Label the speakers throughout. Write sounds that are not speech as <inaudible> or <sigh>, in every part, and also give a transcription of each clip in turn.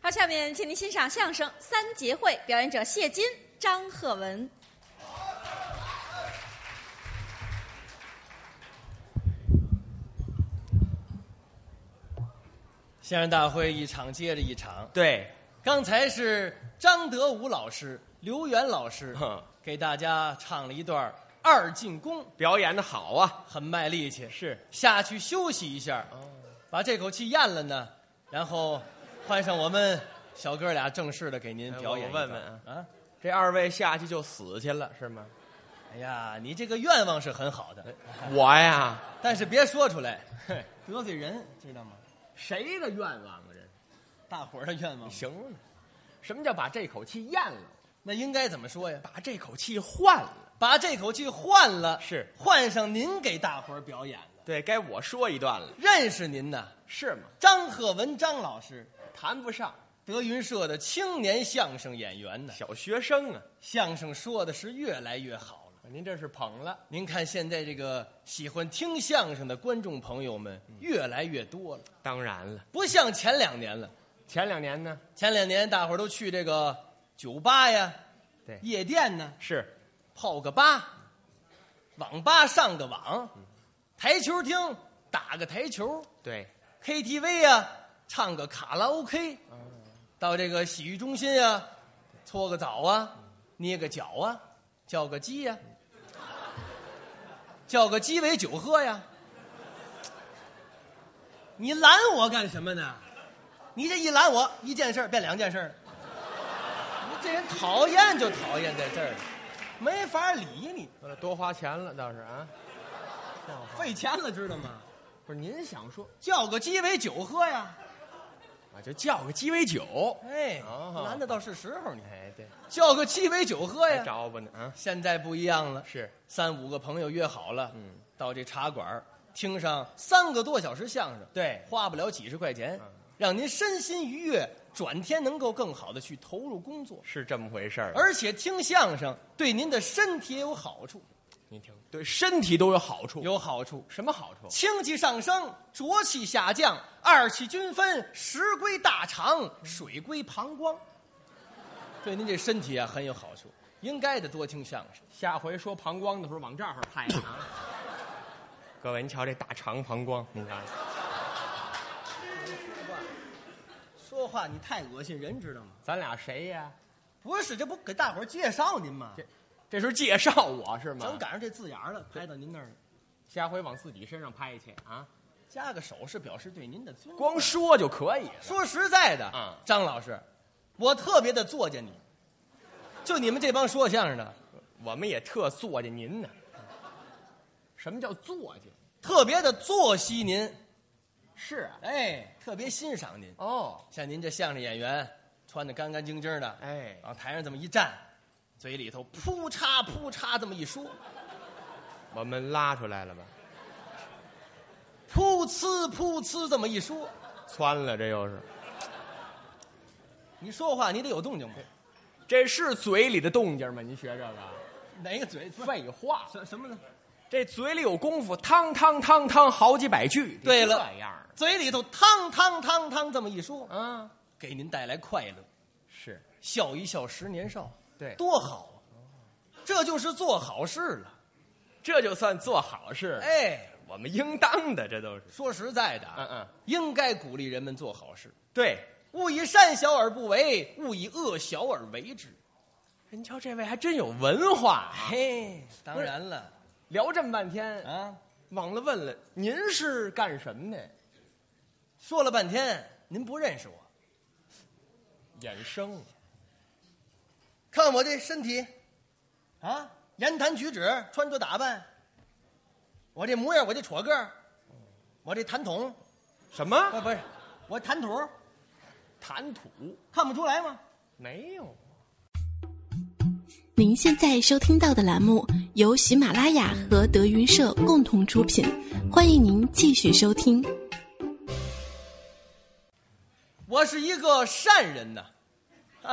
Speaker 1: 好，下面请您欣赏相声《三节会》，表演者谢金、张鹤文。
Speaker 2: 相声大会一场接着一场，
Speaker 3: 对，
Speaker 2: 刚才是张德武老师、刘源老师
Speaker 3: 哼
Speaker 2: 给大家唱了一段二进宫，
Speaker 3: 表演的好啊，
Speaker 2: 很卖力气。
Speaker 3: 是
Speaker 2: 下去休息一下，
Speaker 3: 哦
Speaker 2: 把这口气咽了呢，然后换上我们小哥俩正式的给您
Speaker 3: 哎
Speaker 2: 表演一
Speaker 3: 我
Speaker 2: 段。
Speaker 3: 问问啊
Speaker 2: 啊，
Speaker 3: 这二位下去就死去了是 <laughs> 吗？
Speaker 2: 哎呀，你这个愿望是很好的，
Speaker 3: 哎我呀，
Speaker 2: 但是别说出来，得罪人，知道吗？
Speaker 3: 谁的愿望啊？这
Speaker 2: 大伙儿的愿望，
Speaker 3: 行了，什么叫把这口气咽了？
Speaker 2: 那应该怎么说呀？
Speaker 3: 把这口气换了。
Speaker 2: 把这口气换了，
Speaker 3: 是
Speaker 2: 换上您给大伙儿表演的。
Speaker 3: 对该我说一段了，
Speaker 2: 认识您呐，
Speaker 3: 是吗？
Speaker 2: 张鹤文张老师，
Speaker 3: 谈不上
Speaker 2: 德云社的青年相声演员呢。
Speaker 3: 小学生啊，
Speaker 2: 相声说的是越来越好了。
Speaker 3: 您这是捧了。
Speaker 2: 您看现在这个喜欢听相声的观众朋友们
Speaker 3: 嗯
Speaker 2: 越来越多了，
Speaker 3: 当然了，
Speaker 2: 不像前两年了。
Speaker 3: 前两年呢，
Speaker 2: 前两年大伙儿都去这个酒吧呀、
Speaker 3: 对
Speaker 2: 夜店呢，
Speaker 3: 是
Speaker 2: 泡个吧，网吧上个网，台球厅打个台球。
Speaker 3: 对，
Speaker 2: KTV 啊，唱个卡拉 OK，到这个洗浴中心啊，搓个澡啊，捏个脚啊，叫个鸡呀、叫个鸡尾酒喝呀。你拦我干什么呢？你这一拦我，一件事儿变两件事儿。你这人讨厌就讨厌在这儿，没法理你，
Speaker 3: 多花钱了倒是啊。
Speaker 2: 费钱了知道吗？
Speaker 3: 不是您想说
Speaker 2: 叫个鸡尾酒喝呀，
Speaker 3: 啊，就叫个鸡尾酒。
Speaker 2: 哎
Speaker 3: 哦，
Speaker 2: 拦的倒是时候你。
Speaker 3: 哎，对，
Speaker 2: 叫个鸡尾酒喝
Speaker 3: 还
Speaker 2: 呀。
Speaker 3: 找吧呢啊。
Speaker 2: 现在不一样了，
Speaker 3: 是
Speaker 2: 三五个朋友约好了，
Speaker 3: 嗯，
Speaker 2: 到这茶馆儿听上三个多小时相声，
Speaker 3: 对
Speaker 2: 花不了几十块钱
Speaker 3: 嗯，
Speaker 2: 让您身心愉悦，转天能够更好的去投入工作，
Speaker 3: 是这么回事儿。
Speaker 2: 而且听相声对您的身体也有好处，
Speaker 3: 你听，对身体都有好处。
Speaker 2: 有好处。
Speaker 3: 什么好处？
Speaker 2: 清气上升，浊气下降，二气均分，食归大肠，水归膀胱，对您这身体啊很有好处，应该的多听相声。
Speaker 3: 下回说膀胱的时候往这儿拍啊！ <coughs> 各位，您瞧这大肠膀胱，您看
Speaker 2: 说话你太恶心人，知道吗？
Speaker 3: 咱俩谁呀、
Speaker 2: 不是，这不给大伙儿介绍您吗？
Speaker 3: 这这时候介绍我是吗
Speaker 2: 正？赶上这字眼儿了，拍到您那儿了，
Speaker 3: 下回往自己身上拍去啊！
Speaker 2: 加个手势表示对您的尊重。
Speaker 3: 光说就可以了。
Speaker 2: 说实在的，
Speaker 3: 嗯
Speaker 2: 张老师，我特别的作践你，就你们这帮说相声的，
Speaker 3: 我们也特作践您呢。什么叫作践？
Speaker 2: 特别的作惜您，
Speaker 3: 是啊，
Speaker 2: 哎，特别欣赏您。
Speaker 3: 哦，
Speaker 2: 像您这相声演员，穿的干干净净的，
Speaker 3: 哎
Speaker 2: 往台上这么一站，嘴里头扑嚓扑嚓这么一说，
Speaker 3: 我们拉出来了吧？
Speaker 2: 噗呲噗呲这么一说，
Speaker 3: 窜了，这又是，
Speaker 2: 你说话你得有动静吧？
Speaker 3: 这是嘴里的动静吗？您学这个？
Speaker 2: 哪个嘴？不是
Speaker 3: 废话，
Speaker 2: 什什么呢？
Speaker 3: 这嘴里有功夫，汤汤汤汤好几百句。
Speaker 2: 对了
Speaker 3: 这样儿
Speaker 2: 嘴里头汤汤汤汤这么一说，
Speaker 3: 啊，
Speaker 2: 给您带来快乐，
Speaker 3: 是
Speaker 2: 笑一笑十年少，
Speaker 3: 对
Speaker 2: 多好啊！这就是做好事了。
Speaker 3: 这就算做好事，哎，
Speaker 2: 哎，
Speaker 3: 我们应当的，这都是。
Speaker 2: 说实在的啊，
Speaker 3: 嗯嗯
Speaker 2: 应该鼓励人们做好事。
Speaker 3: 对，
Speaker 2: 勿以善小而不为，勿以恶小而为之。
Speaker 3: 您瞧这位还真有文化啊，
Speaker 2: 嘿，当然了
Speaker 3: 聊这么半天，
Speaker 2: 啊，
Speaker 3: 忘了问了，您是干什么的？
Speaker 2: 说了半天您不认识我，
Speaker 3: 衍生，
Speaker 2: 看我这身体，啊，言谈举止、穿着打扮，我这模样，我这戳个儿，我这痰筒，
Speaker 3: 什么
Speaker 2: 哦不不是，我谈吐
Speaker 3: 谈吐？
Speaker 2: 看不出来吗？
Speaker 3: 没有，
Speaker 4: 您现在收听到的栏目由喜马拉雅和德云社共同出品，欢迎您继续收听。
Speaker 2: 我是一个善人呐，
Speaker 3: 哎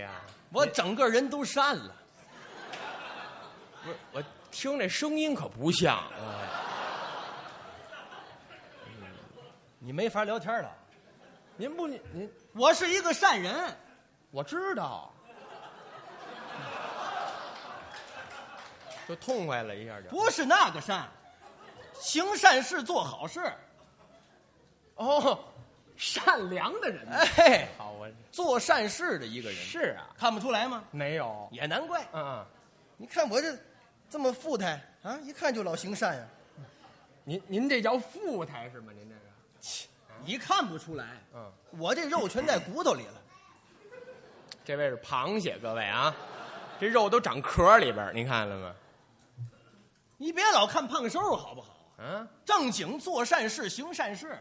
Speaker 3: 呀，
Speaker 2: 我整个人都善了。
Speaker 3: 不是，我啊听这声音可不像。哎嗯
Speaker 2: 你没法聊天了。
Speaker 3: 您不您，
Speaker 2: 我是一个善人，
Speaker 3: 我知道，就痛快了一下就。
Speaker 2: 不是那个善，行善事做好事，
Speaker 3: 哦，善良的人呢。
Speaker 2: 哎，
Speaker 3: 好，我
Speaker 2: 做善事的一个人，
Speaker 3: 是啊，
Speaker 2: 看不出来吗？
Speaker 3: 没有，
Speaker 2: 也难怪，
Speaker 3: 嗯，
Speaker 2: 你看我这这么富态啊，一看就老行善呀、
Speaker 3: 您您这叫富态是吗？您这个，
Speaker 2: 你看不出来，
Speaker 3: 嗯，
Speaker 2: 我这肉全在骨头里了。
Speaker 3: 这位是螃蟹，各位啊，这肉都长壳里边儿，您看了吗？
Speaker 2: 你别老看胖瘦好不好？
Speaker 3: 嗯，
Speaker 2: 正经做善事，行善事。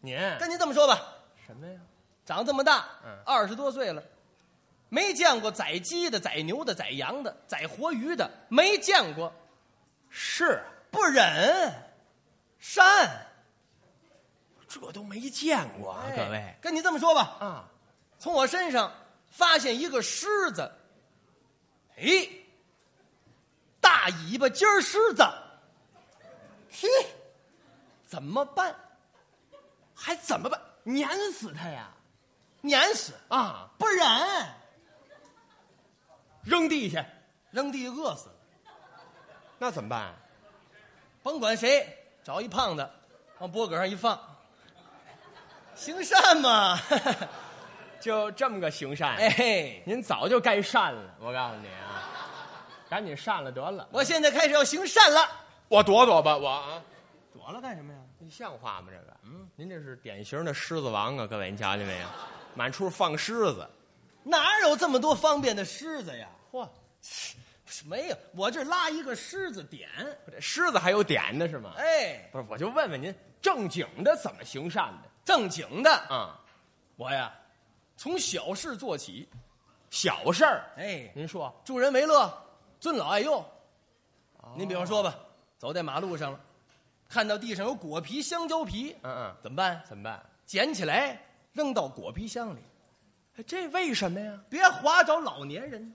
Speaker 3: 您
Speaker 2: 跟您这么说吧，
Speaker 3: 什么呀？
Speaker 2: 长这么大
Speaker 3: 嗯，
Speaker 2: 二十多岁了，没见过宰鸡的、宰牛的、宰羊的、宰活鱼的，没见过，
Speaker 3: 是，
Speaker 2: 不忍，删。
Speaker 3: 这都没见过啊，各位
Speaker 2: 哎，跟你这么说吧，
Speaker 3: 啊，
Speaker 2: 从我身上发现一个狮子，哎，大尾巴尖儿狮子，嘿，怎么办？
Speaker 3: 还怎么办？碾死他呀！
Speaker 2: 碾死，
Speaker 3: 啊，
Speaker 2: 不忍，
Speaker 3: 扔地下，
Speaker 2: 扔地饿死了。
Speaker 3: 那怎么办？啊
Speaker 2: 甭管谁，找一胖子，往脖梗上一放，行善嘛。 <laughs>
Speaker 3: 就这么个行善。
Speaker 2: 哎，嘿，
Speaker 3: 您早就该善了，我告诉你啊，赶紧善了得了。
Speaker 2: 我现在开始要行善了。
Speaker 3: 我躲躲吧，我啊，
Speaker 2: 躲了干什么呀？
Speaker 3: 你像话吗？这个，嗯，您这是典型的狮子王啊，各位，您瞧见没有？满处放狮子，
Speaker 2: 哪有这么多方便的狮子呀？
Speaker 3: 嚯，
Speaker 2: 没有，我这拉一个狮子点。
Speaker 3: 这狮子还有点的是吗？
Speaker 2: 哎，
Speaker 3: 不是，我就问问您，正经的怎么行善的
Speaker 2: 正经的，
Speaker 3: 啊？
Speaker 2: 我呀，从小事做起。
Speaker 3: 小事儿，
Speaker 2: 哎，
Speaker 3: 您说
Speaker 2: 助人为乐，尊老爱幼。您比方说吧，走在马路上了，看到地上有果皮、香蕉皮，
Speaker 3: 嗯嗯
Speaker 2: 怎么办？
Speaker 3: 怎么办？
Speaker 2: 捡起来扔到果皮箱里，
Speaker 3: 哎这为什么呀？
Speaker 2: 别划着老年人。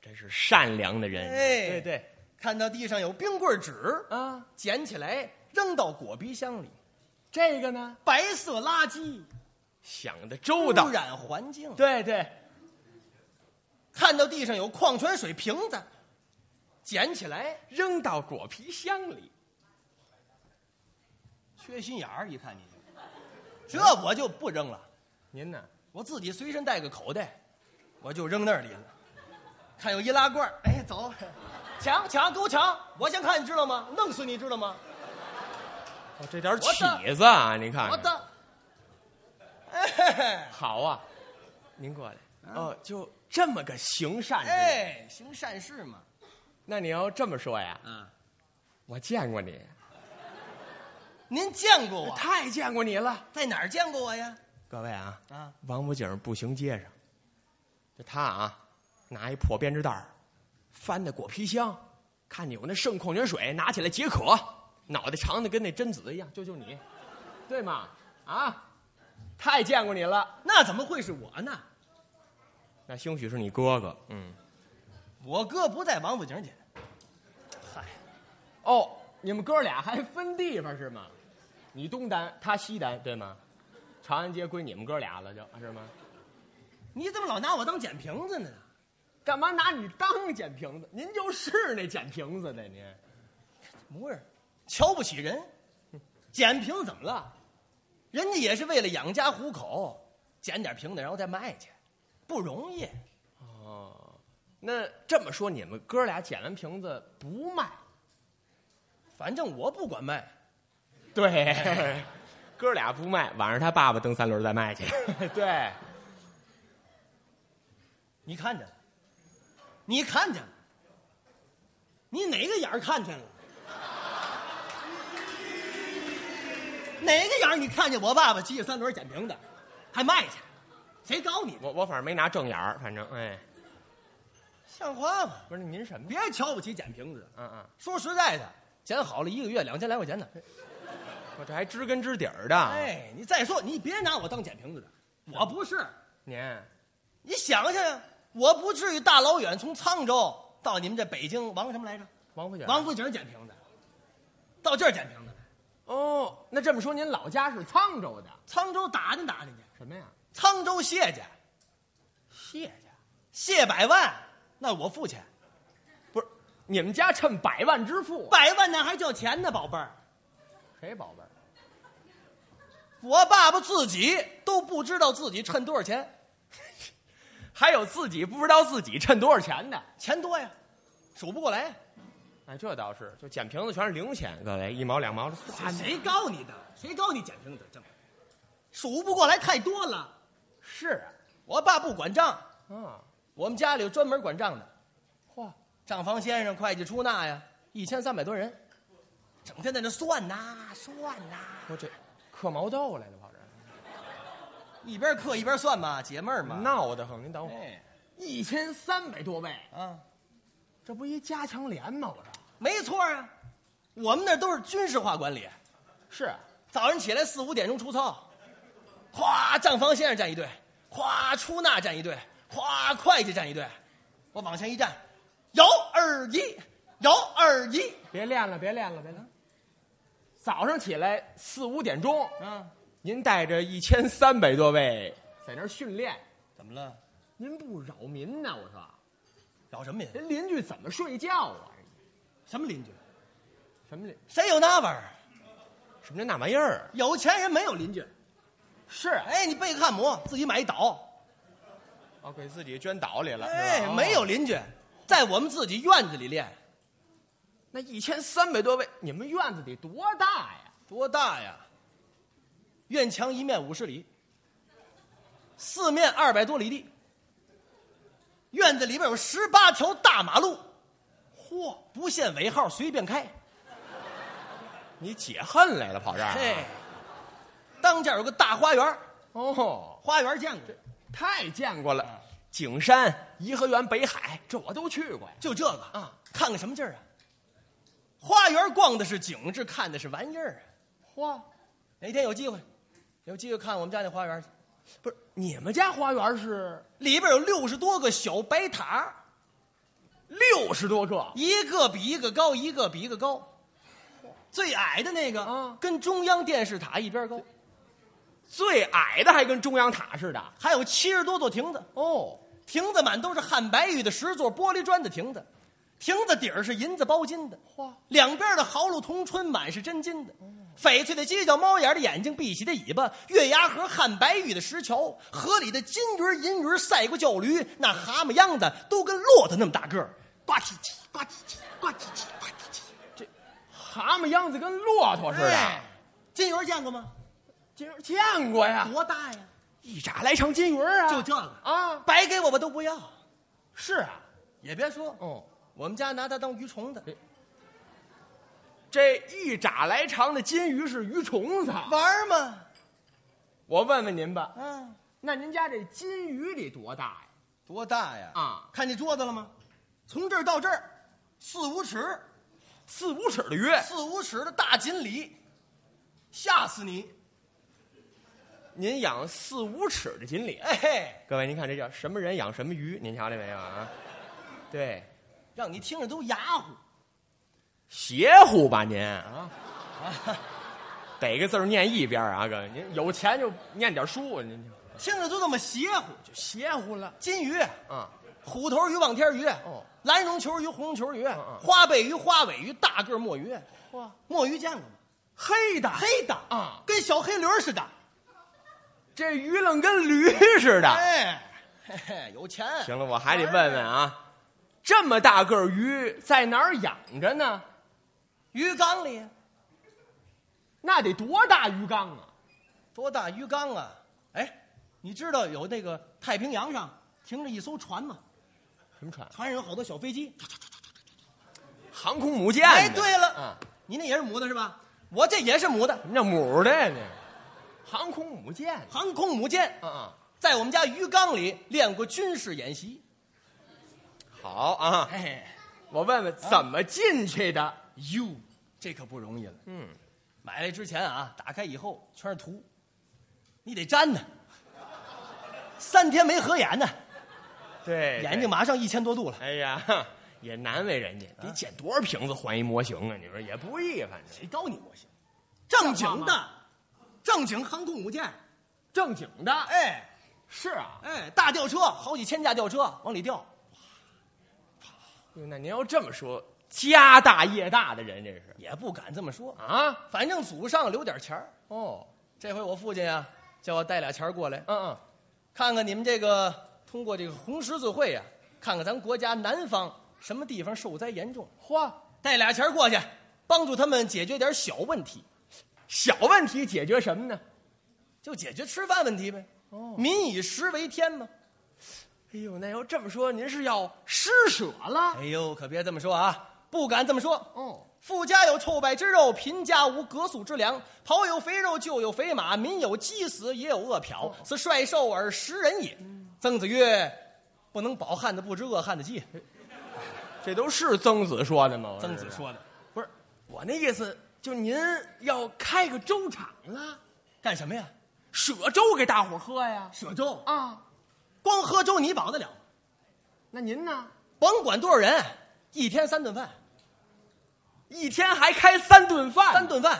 Speaker 3: 这是善良的人，
Speaker 2: 哎
Speaker 3: 对对
Speaker 2: 看到地上有冰棍纸，
Speaker 3: 啊，
Speaker 2: 捡起来扔到果皮箱里，
Speaker 3: 这个呢
Speaker 2: 白色垃圾
Speaker 3: 想的周到
Speaker 2: 污，染环境。
Speaker 3: 对对，
Speaker 2: 看到地上有矿泉水瓶子，捡起来
Speaker 3: 扔到果皮箱里，
Speaker 2: 缺心眼儿，一看你就，这我就不扔了，
Speaker 3: 您呢？
Speaker 2: 我自己随身带个口袋，我就扔那里了。看有易拉罐儿，哎，走，抢抢，给我抢！我先看，你知道吗？弄死你知道吗？
Speaker 3: 我哦这点起子啊，您看看
Speaker 2: 我的，哎
Speaker 3: 好啊，您过来。哦，就这么个行善之人。
Speaker 2: 哎，行善事嘛，
Speaker 3: 那你要这么说呀，
Speaker 2: 啊。
Speaker 3: 我见过你，
Speaker 2: 您见过我？
Speaker 3: 太见过你了。
Speaker 2: 在哪儿见过我呀？
Speaker 3: 各位啊，
Speaker 2: 啊，
Speaker 3: 王府井步行街上，就他啊，拿一破编织袋儿翻那果皮箱，看见有那剩矿泉水，拿起来解渴，脑袋长的跟那榛子一样，就就你，对吗？啊，太见过你了。
Speaker 2: 那怎么会是我呢？
Speaker 3: 那兴许是你哥哥，嗯。
Speaker 2: 我哥不在王府井去，
Speaker 3: 哦，你们哥俩还分地方是吗？你东单，他西单，对吗？长安街归你们哥俩了就，是吗？
Speaker 2: 你怎么老拿我当捡瓶子呢？
Speaker 3: 干嘛拿你当捡瓶子？您就是那捡瓶子的您。
Speaker 2: 模样，瞧不起人，捡瓶怎么了？人家也是为了养家糊口，捡点瓶子然后再卖去，不容易。
Speaker 3: 那这么说，你们哥俩捡完瓶子不卖？
Speaker 2: 反正我不管卖，
Speaker 3: 对， <laughs> 哥俩不卖，晚上他爸爸蹬三轮再卖去。对，
Speaker 2: 你看见了，你看见了，你哪个眼儿看见了？哪个眼儿你看见我爸爸骑着三轮捡瓶子，还卖去？谁告你？
Speaker 3: 我我反正没拿正眼儿，反正哎，
Speaker 2: 像话吗？
Speaker 3: 不是您什么？
Speaker 2: 别瞧不起捡瓶子的，
Speaker 3: 嗯嗯，
Speaker 2: 说实在的，捡好了一个月两千来块钱呢。
Speaker 3: 我这还知根知底儿的。，
Speaker 2: 哎，你再说，你别拿我当捡瓶子的，我不是。
Speaker 3: 您
Speaker 2: 你想想呀，我不至于大老远从沧州到你们这北京王什么来着？
Speaker 3: 王府井，
Speaker 2: 王府井捡瓶子，到这儿捡瓶子来，
Speaker 3: 哦，那这么说您老家是沧州的？
Speaker 2: 沧州打听打听去，
Speaker 3: 什么呀？
Speaker 2: 沧州谢家，
Speaker 3: 谢家？
Speaker 2: 谢百万，那我付钱，
Speaker 3: 不是，你们家趁百万致富啊？
Speaker 2: 百万那还叫钱呢，宝贝儿。
Speaker 3: 谁宝贝儿？
Speaker 2: 我爸爸自己都不知道自己趁多少钱，
Speaker 3: 还有自己不知道自己趁多少钱的？
Speaker 2: 钱多呀，数不过来。
Speaker 3: 哎，这倒是，就捡瓶子全是零钱，各位一毛两毛的，哗
Speaker 2: 谁告你的？谁告你捡瓶子？这数不过来太多了。
Speaker 3: 是
Speaker 2: 我爸不管账，
Speaker 3: 啊，啊，
Speaker 2: 我们家里有专门管账的，
Speaker 3: 嚯，
Speaker 2: 账房先生、会计、出纳呀，一千三百多人，整天在那算呐算呐，
Speaker 3: 我这嗑毛豆来了，跑这儿
Speaker 2: 一边嗑一边算嘛，解闷儿嘛。
Speaker 3: 闹得很。您等会儿，
Speaker 2: 哎
Speaker 3: 一千三百多位，
Speaker 2: 啊，
Speaker 3: 这不一加强连吗？我这
Speaker 2: 没错啊，我们那儿都是军事化管理，
Speaker 3: 是啊
Speaker 2: 早上起来四五点钟出操，咵，账房先生站一队，咵，出纳站一队，咵，会计站一队，我往前一站，摇二一，摇二一，
Speaker 3: 别练了，别练了，别练了。早上起来四五点钟，
Speaker 2: 啊，
Speaker 3: 您带着一千三百多位在那儿训练，
Speaker 2: 怎么了？
Speaker 3: 您不扰民呢？我说，
Speaker 2: 扰什么民？
Speaker 3: 人邻居怎么睡觉啊？
Speaker 2: 什么邻居？
Speaker 3: 什么邻
Speaker 2: 谁有那玩意儿？
Speaker 3: 什么叫那玩意儿？
Speaker 2: 有钱人没有邻居。
Speaker 3: 是啊，
Speaker 2: 哎，你贝克汉姆自己买一岛，
Speaker 3: 哦，给自己捐岛里了。是
Speaker 2: 哎
Speaker 3: 吧，哦
Speaker 2: 没有。邻居，在我们自己院子里练，
Speaker 3: 那一千三百多位，你们院子得多大呀？
Speaker 2: 多大呀？院墙一面五十里，四面二百多里地。院子里边有十八条大马路，嚯，不限尾号，随便开。
Speaker 3: 你解恨来了，跑这儿啊？
Speaker 2: 哎，当间有个大花园，
Speaker 3: 哦，
Speaker 2: 花园见过，
Speaker 3: 太见过了。景山、颐和园、北海，这我都去过呀。
Speaker 2: 就这个
Speaker 3: 啊，
Speaker 2: 看看什么劲儿啊？花园逛的是景致，看的是玩意儿啊。
Speaker 3: 嚯，
Speaker 2: 哪天有机会，有机会看我们家那花园去。
Speaker 3: 不是你们家花园是
Speaker 2: 里边有六十多个小白塔，
Speaker 3: 六十多个，
Speaker 2: 一个比一个高，一个比一个高。最矮的那个，
Speaker 3: 啊
Speaker 2: 跟中央电视塔一边高。
Speaker 3: 最矮的还跟中央塔似的。
Speaker 2: 还有七十多座亭子，
Speaker 3: 哦，
Speaker 2: 亭子满都是汉白玉的石座、玻璃砖的亭子，亭子底儿是银子包金的，
Speaker 3: 嚯，
Speaker 2: 两边的毫露铜春满是真金的，翡翠的犄角，猫眼的眼睛，碧玺的尾巴，月牙河汉白玉的石桥，河里的金鱼、银鱼、赛过叫驴，那蛤蟆秧子都跟骆驼那么大个儿，呱唧唧，呱唧唧，呱唧唧，呱唧唧。
Speaker 3: 蛤蟆秧子跟骆驼似的
Speaker 2: 哎。金鱼见过吗？
Speaker 3: 金鱼见过呀，
Speaker 2: 多大呀？
Speaker 3: 一眨来长金鱼儿啊，
Speaker 2: 就这个
Speaker 3: 啊，
Speaker 2: 白给我吧都不要，
Speaker 3: 是啊，
Speaker 2: 也别说，
Speaker 3: 哦，
Speaker 2: 我们家拿它当鱼虫子
Speaker 3: 这一眨来长的金鱼是鱼虫子。
Speaker 2: 玩儿嘛。
Speaker 3: 我问问您吧，
Speaker 2: 嗯，
Speaker 3: 那您家这金鱼得多大呀？
Speaker 2: 多大呀？
Speaker 3: 啊，
Speaker 2: 看见桌子了吗？从这儿到这儿，四五尺，
Speaker 3: 四五尺的鱼，
Speaker 2: 四五尺的大锦鲤，吓死你！
Speaker 3: 您养四五尺的锦鲤。
Speaker 2: 哎嘿，
Speaker 3: 各位，您看这叫什么人养什么鱼？您瞧见没有啊？对，
Speaker 2: 让你听着都牙乎。
Speaker 3: 邪乎吧您啊？逮个字儿念一边儿啊，各位，您有钱就念点书，啊您就
Speaker 2: 听着都那么邪乎，就
Speaker 3: 邪乎了
Speaker 2: 金鱼、
Speaker 3: 啊！
Speaker 2: 虎头鱼、望天鱼、
Speaker 3: 哦
Speaker 2: 蓝绒球鱼、红绒球鱼、
Speaker 3: 嗯
Speaker 2: 花背鱼、花尾鱼、大个儿墨鱼。
Speaker 3: 嚯，
Speaker 2: 墨鱼见过吗？
Speaker 3: 黑的，
Speaker 2: 黑的
Speaker 3: 啊
Speaker 2: 跟小黑驴儿似的。
Speaker 3: 这鱼愣跟驴似的。
Speaker 2: 哎，嘿嘿，有钱。
Speaker 3: 行了，我还得问问啊，这么大个儿鱼在哪儿养着呢？
Speaker 2: 鱼缸里
Speaker 3: 那得多大鱼缸啊？
Speaker 2: 多大鱼缸啊？哎，你知道有那个太平洋上停着一艘船吗？
Speaker 3: 什么船？
Speaker 2: 船上有好多小飞机。
Speaker 3: 航空母舰呢。
Speaker 2: 哎，对了，
Speaker 3: 啊，
Speaker 2: 您那也是母的是吧？我这也是母的，
Speaker 3: 什么叫母的呀？你航空母舰呢
Speaker 2: 航空母舰
Speaker 3: 啊啊，
Speaker 2: 在我们家鱼缸里练过军事演习。
Speaker 3: 好啊，
Speaker 2: 哎，
Speaker 3: 我问问怎么进去的？
Speaker 2: 哟，这可不容易了。
Speaker 3: 嗯，
Speaker 2: 买来之前啊，打开以后全是图，你得粘呢。三天没合眼呢，
Speaker 3: 哎对，
Speaker 2: 眼睛马上一千多度了。
Speaker 3: 哎呀， <laughs> 哼也啊难为人家，得捡多少瓶子换一模型啊？你说也不易，反正
Speaker 2: 谁告你模型？正经的，正经航空母舰，
Speaker 3: 正经的，
Speaker 2: 哎
Speaker 3: 啊是啊。
Speaker 2: 哎，大吊车好几千架吊车往里吊，
Speaker 3: 那您要这么说，家大业大的人这是
Speaker 2: 也不敢这么说，
Speaker 3: 啊？
Speaker 2: 反正祖上留点钱儿。
Speaker 3: 哦，
Speaker 2: 这回我父亲啊，叫我带俩钱儿过来，
Speaker 3: 嗯嗯，
Speaker 2: 看看你们这个通过这个红十字会啊，看看咱们国家南方什么地方受灾严重，
Speaker 3: 嚯，
Speaker 2: 带俩钱儿过去，帮助他们解决点小问题，
Speaker 3: 小问题解决什么呢？
Speaker 2: 就解决吃饭问题呗。
Speaker 3: 哦
Speaker 2: 民以食为天嘛。
Speaker 3: 哎呦，那要这么说，您是要施舍了？
Speaker 2: 哎呦，可别这么说啊，不敢这么说。
Speaker 3: 哦，
Speaker 2: 富家有臭百之肉，贫家无隔宿之粮。庖有肥肉，就有肥马；民有饥死，也有饿
Speaker 3: 哦
Speaker 2: 殍。此率兽而食人也。
Speaker 3: 嗯
Speaker 2: 曾子曰：“不能饱汉子，不知饿汉子饥。
Speaker 3: 这都是曾子说的吗”？
Speaker 2: 曾子说的。
Speaker 3: 不哎是我那意思，就您要开个粥厂了，
Speaker 2: 干什么呀？
Speaker 3: 舍粥给大伙儿喝呀？
Speaker 2: 舍粥
Speaker 3: 啊，
Speaker 2: 光喝粥你饱得了？
Speaker 3: 那您呢？
Speaker 2: 甭管多少人，一天三顿饭，
Speaker 3: 一天还开三顿饭？
Speaker 2: 三？顿饭。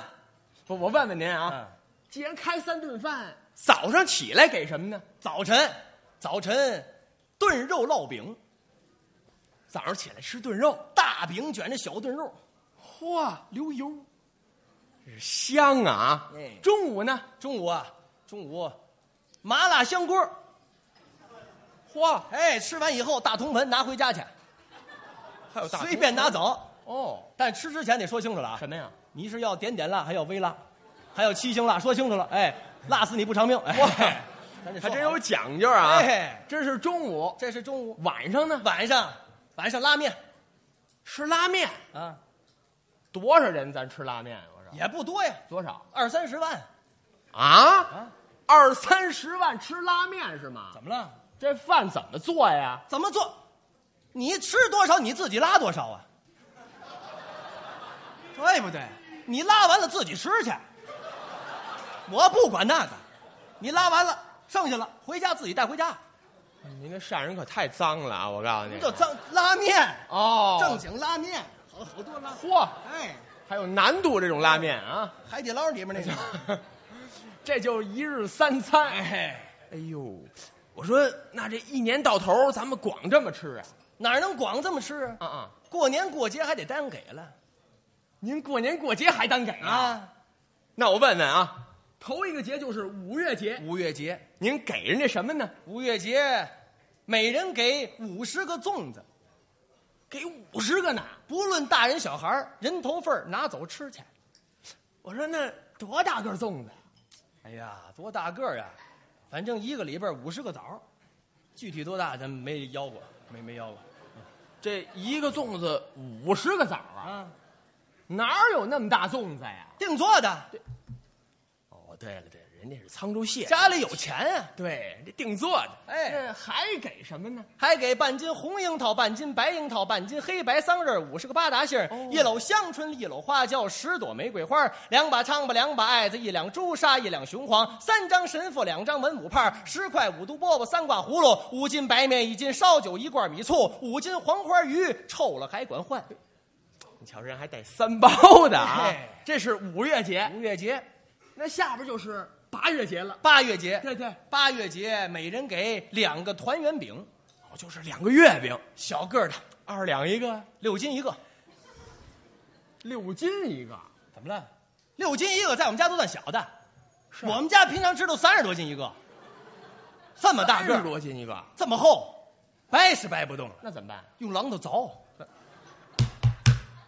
Speaker 3: 不，我问问您啊，
Speaker 2: 嗯
Speaker 3: 既然开三顿饭，早上起来给什么呢？
Speaker 2: 早晨，早晨炖肉烙饼，
Speaker 3: 早上起来吃炖肉，
Speaker 2: 大饼卷着小炖肉。
Speaker 3: 嚯，流油，哎香啊！
Speaker 2: 哎
Speaker 3: 中午呢？
Speaker 2: 中午啊，中午麻辣香锅，
Speaker 3: 嚯，
Speaker 2: 哎，吃完以后大铜盆拿回家去，
Speaker 3: 还有大
Speaker 2: 随便拿走。
Speaker 3: 哦。
Speaker 2: 但吃之前得说清楚了啊
Speaker 3: 什，么呀？
Speaker 2: 你是要点点辣，还要微辣，还要七星辣，说清楚了。哎，辣死你不偿命。哎，咱
Speaker 3: <laughs>
Speaker 2: 这说
Speaker 3: 还真
Speaker 2: 好
Speaker 3: 有
Speaker 2: 了
Speaker 3: 讲究啊！
Speaker 2: 哎
Speaker 3: 这是中午，
Speaker 2: 这是中午，
Speaker 3: 晚上呢
Speaker 2: 晚上晚上拉面
Speaker 3: 吃拉面，
Speaker 2: 啊，
Speaker 3: 多少人咱吃拉面？我说
Speaker 2: 也不多呀，
Speaker 3: 多少
Speaker 2: 二三十万
Speaker 3: 啊？
Speaker 2: 啊。
Speaker 3: 二三十万吃拉面是吗？
Speaker 2: 怎么了？
Speaker 3: 这饭怎么做呀？
Speaker 2: 怎么做？你吃多少你自己拉多少啊？对不对？你拉完了自己吃去，我不管那个。你拉完了，剩下了回家自己带回家。
Speaker 3: 您这善人可太脏了啊！我告诉
Speaker 2: 什
Speaker 3: 你，
Speaker 2: 么叫脏拉面？
Speaker 3: 哦，
Speaker 2: 正经拉面，好好多拉。
Speaker 3: 嚯，
Speaker 2: 哎，
Speaker 3: 还有南都这种拉面啊，
Speaker 2: 海底捞里面那个。
Speaker 3: <laughs> 这就一日三餐。
Speaker 2: 哎，
Speaker 3: 哎呦，我说那这一年到头咱们光这么吃啊？
Speaker 2: <laughs> 哪能光这么吃啊？
Speaker 3: 啊啊！
Speaker 2: 过年过节还得单给了
Speaker 3: 您过年过节还当给？
Speaker 2: 啊！
Speaker 3: 那我问问啊，头一个节就是五月节，
Speaker 2: 五月节，
Speaker 3: 您给人家什么呢？
Speaker 2: 五月节，每人给五十个粽子。
Speaker 3: 给五十个呢。
Speaker 2: 不论大人小孩儿人头份儿拿走吃去。
Speaker 3: 我说那多大个粽子？
Speaker 2: 哎呀，多大个儿啊！反正一个里边五十个枣儿，具体多大咱没邀过，没没邀过
Speaker 3: 这一个粽子五十个枣啊，
Speaker 2: 啊。
Speaker 3: 哪有那么大粽子呀？
Speaker 2: 定做的，
Speaker 3: 哦，对了对了，人家是沧州蟹
Speaker 2: 家里有钱啊，
Speaker 3: 对，这定做的。
Speaker 2: 哎
Speaker 3: 这还给什么呢？
Speaker 2: 还给半斤红樱桃、半斤白樱桃、半斤黑白桑葚、五十个八达杏儿、
Speaker 3: 哦
Speaker 2: 一篓香椿、一篓花椒、十朵玫瑰花儿、两把菖蒲、两把艾子、一两朱砂、一两雄黄、三张神父、两张文武帕儿、十块五毒饽饽、三挂葫芦、五斤白面、一斤烧酒、一罐米醋、五斤黄花鱼，臭了还管换。
Speaker 3: 你瞧，人还带三包的啊
Speaker 2: 哎！
Speaker 3: 这是五月节，
Speaker 2: 五月节、
Speaker 3: 那下边就是八月节了。
Speaker 2: 八月节，
Speaker 3: 对对，
Speaker 2: 八月节每人给两个团圆饼，
Speaker 3: 哦，就是两个月饼，
Speaker 2: 小个儿的
Speaker 3: 二两一个，
Speaker 2: 六斤一个。
Speaker 3: 六斤一个。
Speaker 2: 怎么了？啊六斤一个，在我们家都算小的。
Speaker 3: 是
Speaker 2: 我们家平常吃都三十多斤一个，这么大个
Speaker 3: 十
Speaker 2: 儿，
Speaker 3: 多斤一个，
Speaker 2: 这么厚，掰是掰不动了，
Speaker 3: 那怎么办？
Speaker 2: 用榔头凿，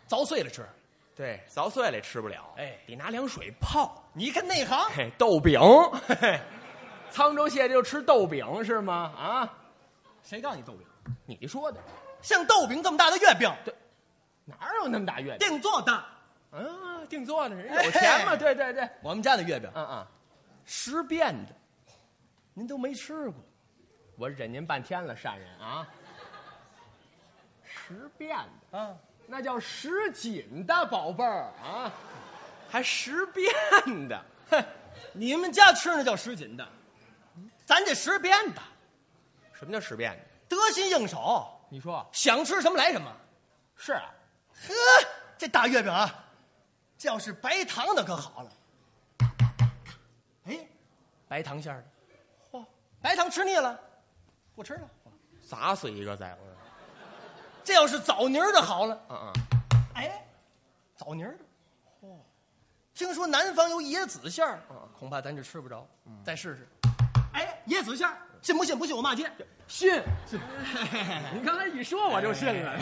Speaker 2: 凿碎了吃。
Speaker 3: 对，凿碎了也吃不了，
Speaker 2: 哎
Speaker 3: 得拿凉水泡。
Speaker 2: 你看内行，
Speaker 3: 嘿，豆饼，嘿嘿沧州蟹就吃豆饼是吗？啊，
Speaker 2: 谁告诉你豆饼？
Speaker 3: 你说的，
Speaker 2: 像豆饼这么大的月饼，
Speaker 3: 哪有那么大月饼？
Speaker 2: 定做的。
Speaker 3: 啊，定做的，人有钱嘛，
Speaker 2: 哎
Speaker 3: 对对对，
Speaker 2: 我们家的月饼
Speaker 3: 嗯嗯，
Speaker 2: 十变的，啊您都没吃过。
Speaker 3: 我忍您半天了，善人啊，十变的，
Speaker 2: 啊，
Speaker 3: 那叫十锦的宝贝儿啊，还十变 <laughs> 的，
Speaker 2: 哼，你们家吃那叫十斤的，咱这十变的，
Speaker 3: 什么叫十变的？
Speaker 2: 得心应手，
Speaker 3: 你说啊
Speaker 2: 想吃什么来什么。
Speaker 3: 是啊？
Speaker 2: 呵，这大月饼啊，这要是白糖的可好了，哎白糖馅儿的。嚯，白糖吃腻了，不吃了。
Speaker 3: 砸死一个在我这
Speaker 2: 这要是枣泥儿的好了，
Speaker 3: 儿啊啊！
Speaker 2: 哎，枣泥儿的。嚯，听说南方有椰子馅儿，恐怕咱这吃不着。再试试。哎，椰子馅儿，信不信？不信我骂街。
Speaker 3: 信， <laughs> 哎你刚才一说我就信了。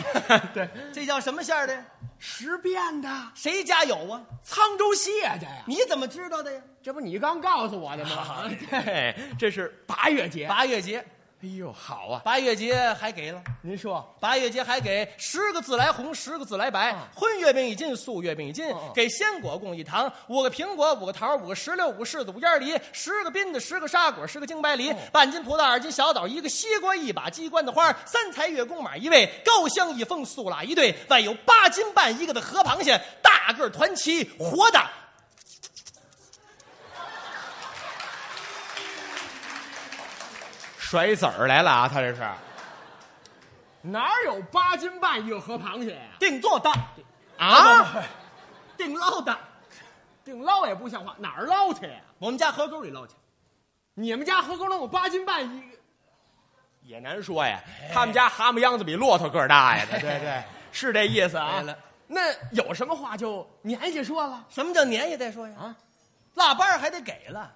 Speaker 3: 对，
Speaker 2: 这叫什么馅儿的呀？
Speaker 3: 十变的
Speaker 2: 谁家有啊？
Speaker 3: 沧州蟹这呀，
Speaker 2: 你怎么知道的呀？
Speaker 3: 这不你刚告诉我的 <laughs> 吗？对，这是八月节。
Speaker 2: 八月节，
Speaker 3: 哎呦，好啊！
Speaker 2: 八月节还给了。
Speaker 3: 您说
Speaker 2: 八月节还给十个自来红，十个自来白，
Speaker 3: 啊
Speaker 2: 荤月饼一斤，素月饼一斤，
Speaker 3: 嗯
Speaker 2: 给鲜果供一糖，五个苹果，五个桃，五个石榴，五个柿子，五烟梨，十个冰的，十个沙果，十个京白
Speaker 3: 哦
Speaker 2: 梨，半斤葡萄，二斤小枣，一个西瓜，一把鸡冠子花，三彩月宫马一位，高香一封，素辣一对，外有八斤半一个的河螃蟹，大个儿团旗，活的。
Speaker 3: 甩子儿来了啊，他这是
Speaker 5: 哪有八斤半一个河螃蟹呀、
Speaker 2: 定做的，
Speaker 3: 啊？
Speaker 2: 定捞的，
Speaker 5: 定捞也不像话，哪儿捞去呀、
Speaker 2: 我们家河沟里捞去。
Speaker 5: 你们家河沟能有八斤半一个？
Speaker 3: 也难说呀，他们家蛤蟆秧子比骆驼个儿大呀，哎对对对，是这意思啊
Speaker 2: 对了。
Speaker 3: 那有什么话就
Speaker 5: 年下说了，
Speaker 2: 什么叫年也再说呀？
Speaker 5: 啊，
Speaker 2: 腊八儿还得给了。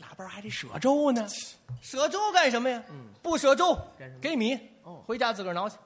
Speaker 3: 喇叭还得舍粥呢？嗯
Speaker 2: 舍粥干什么呀？不舍粥，给米，
Speaker 3: 哦
Speaker 2: 回家自个儿挠去。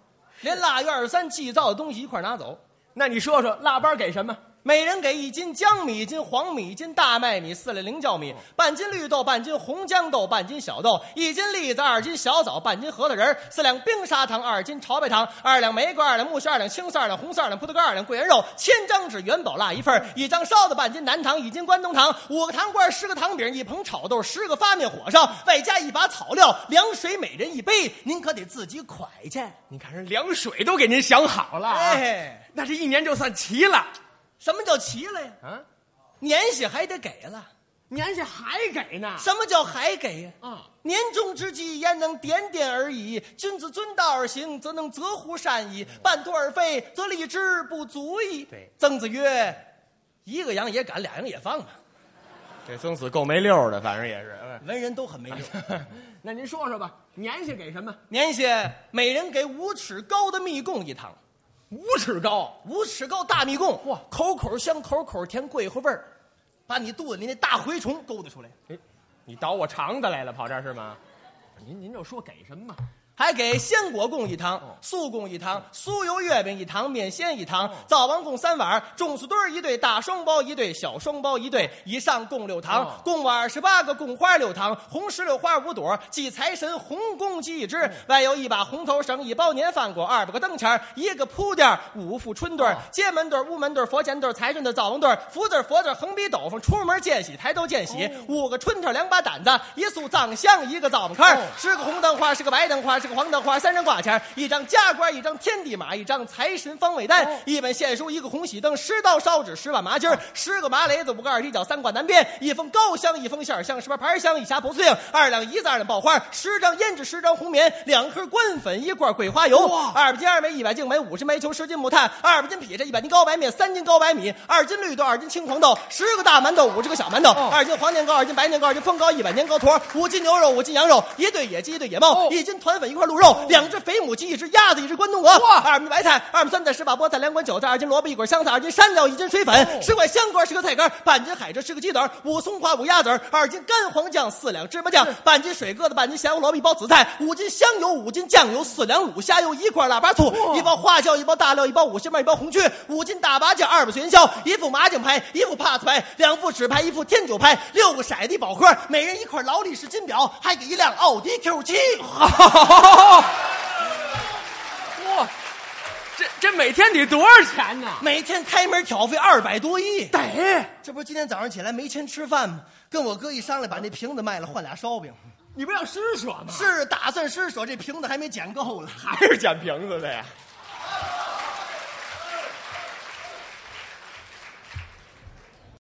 Speaker 2: 连腊月二十三祭灶的东西一块儿拿走，
Speaker 3: 那你说说腊八给什么？
Speaker 2: 每人给一斤江米、一斤黄米、一斤大麦米、四类菱角米、半斤绿豆、半斤红豇豆、半斤小豆、一斤栗子、二斤小枣、半斤核桃仁儿、四两冰砂糖、二斤潮白糖、二两玫瑰、二两木须、二两青丝、二两红丝、二两葡萄干、二两桂圆肉、千张纸元宝蜡一份儿、一张烧的半斤南糖、一斤关东糖、五个糖罐、十个糖饼、一盆炒豆、十个发面火烧，外加一把草料、凉水，每人一杯。您可得自己蒯去。
Speaker 3: 你看人凉水都给您想好了、啊，
Speaker 2: 哎，
Speaker 3: 那这一年就算齐了
Speaker 2: 什么叫齐了呀？
Speaker 3: 啊！
Speaker 2: 年喜还得给了。
Speaker 5: 年下还给呢。
Speaker 2: 什么叫还给呀？
Speaker 3: 哦
Speaker 5: 啊，
Speaker 2: 年终之际，焉能点点而已？君子遵道而行，则能择乎善矣；半途而废，则立之不足矣。
Speaker 3: 嗯对
Speaker 2: 曾子曰：“一个羊也赶，俩羊也放嘛。
Speaker 3: 这曾子够没溜的，反正也是”呃
Speaker 2: 文人都很
Speaker 3: <laughs>
Speaker 2: 没用。
Speaker 5: 那您说说吧，年下给什么？
Speaker 2: 年下每人给五尺高的蜜供一糖，
Speaker 5: 五尺高，
Speaker 2: 五尺高大蜜供，哇，口口香，口口甜，桂花味儿，把你肚子里那大蛔虫勾搭出来。
Speaker 3: 你倒我肠子来了，跑这儿是 <laughs> 吗？
Speaker 5: 您您就说给什么吧。
Speaker 2: 还给鲜果供一糖，素供一糖，酥油月饼一糖，面鲜一糖，灶王供三碗，种子堆儿一对，大双胞一对，小双胞一对，以上共六糖
Speaker 5: 哦，
Speaker 2: 共我二十八个，供花六糖，红石榴花五朵，祭财神红公鸡一只，外有一把红头绳，一包年饭果，二百个灯钱儿，一个铺垫儿，五副春对儿，街门对儿，屋门对儿，佛前对儿，财神对儿，灶王对儿，福字儿佛字儿，横批斗篷，出门见喜，抬头见喜，五个春条，两把胆子，一束藏香，一个灶王龛儿
Speaker 5: 哦，
Speaker 2: 是个红灯花，是个白灯花，是个黄灯花，三张挂钱儿，一张家官，一张天地马，一张财神方位丹，一本献书，一个红喜灯，十道烧纸，十把麻筋儿，十个麻雷子，五个二踢脚，三挂南边，一封高香，一封馅儿香，十八盘香，一匣不碎硬，二两胰子，二两爆花，十张胭脂，十张红棉，两盒官粉，一罐桂花油，二百斤二枚，一百净梅，五十枚球，十斤木炭，二百斤劈叉，一百斤高白面，三斤高白米，二斤绿豆，二斤青黄豆，十个大馒头，五十个小馒头，二斤黄年糕，二斤白年糕，二斤风糕，一百年糕坨，五斤牛肉，五斤羊肉，一对野鸡，一对野猫，一斤团粉，一块鹿肉，两只肥母鸡，一只鸭子，一只关东鹅，二米白菜，二米酸菜，十把菠菜，两管韭菜，二斤萝卜，一管香菜，二斤山药，一斤水粉，十块香瓜，十个菜干，半斤海蜇，十个鸡腿，五松花，五鸭子，二斤干黄酱，四两芝麻酱，半斤水疙瘩，半斤咸胡萝卜，一包紫菜，五斤香油，五斤酱油，四两卤虾油，一块腊八醋，一包花椒，一包大料，一包五星瓣，一包红曲，五斤大八酱，二百岁元宵，一副麻将牌，一副 pass 牌，两副纸牌，一副天九牌，六个骰子，一宝盒，每人一块劳力士金表，还给一辆奥迪 Q 七。
Speaker 5: 哇，这这每天得多少钱呢？
Speaker 2: 每天开门挑费二百多亿，
Speaker 5: 得，
Speaker 2: 这不是今天早上起来没钱吃饭吗？跟我哥一商量，把那瓶子卖了换俩烧饼。
Speaker 5: 你不要施舍吗？
Speaker 2: 是打算施舍，这瓶子还没捡够了。
Speaker 3: 哎还是捡瓶子的呀？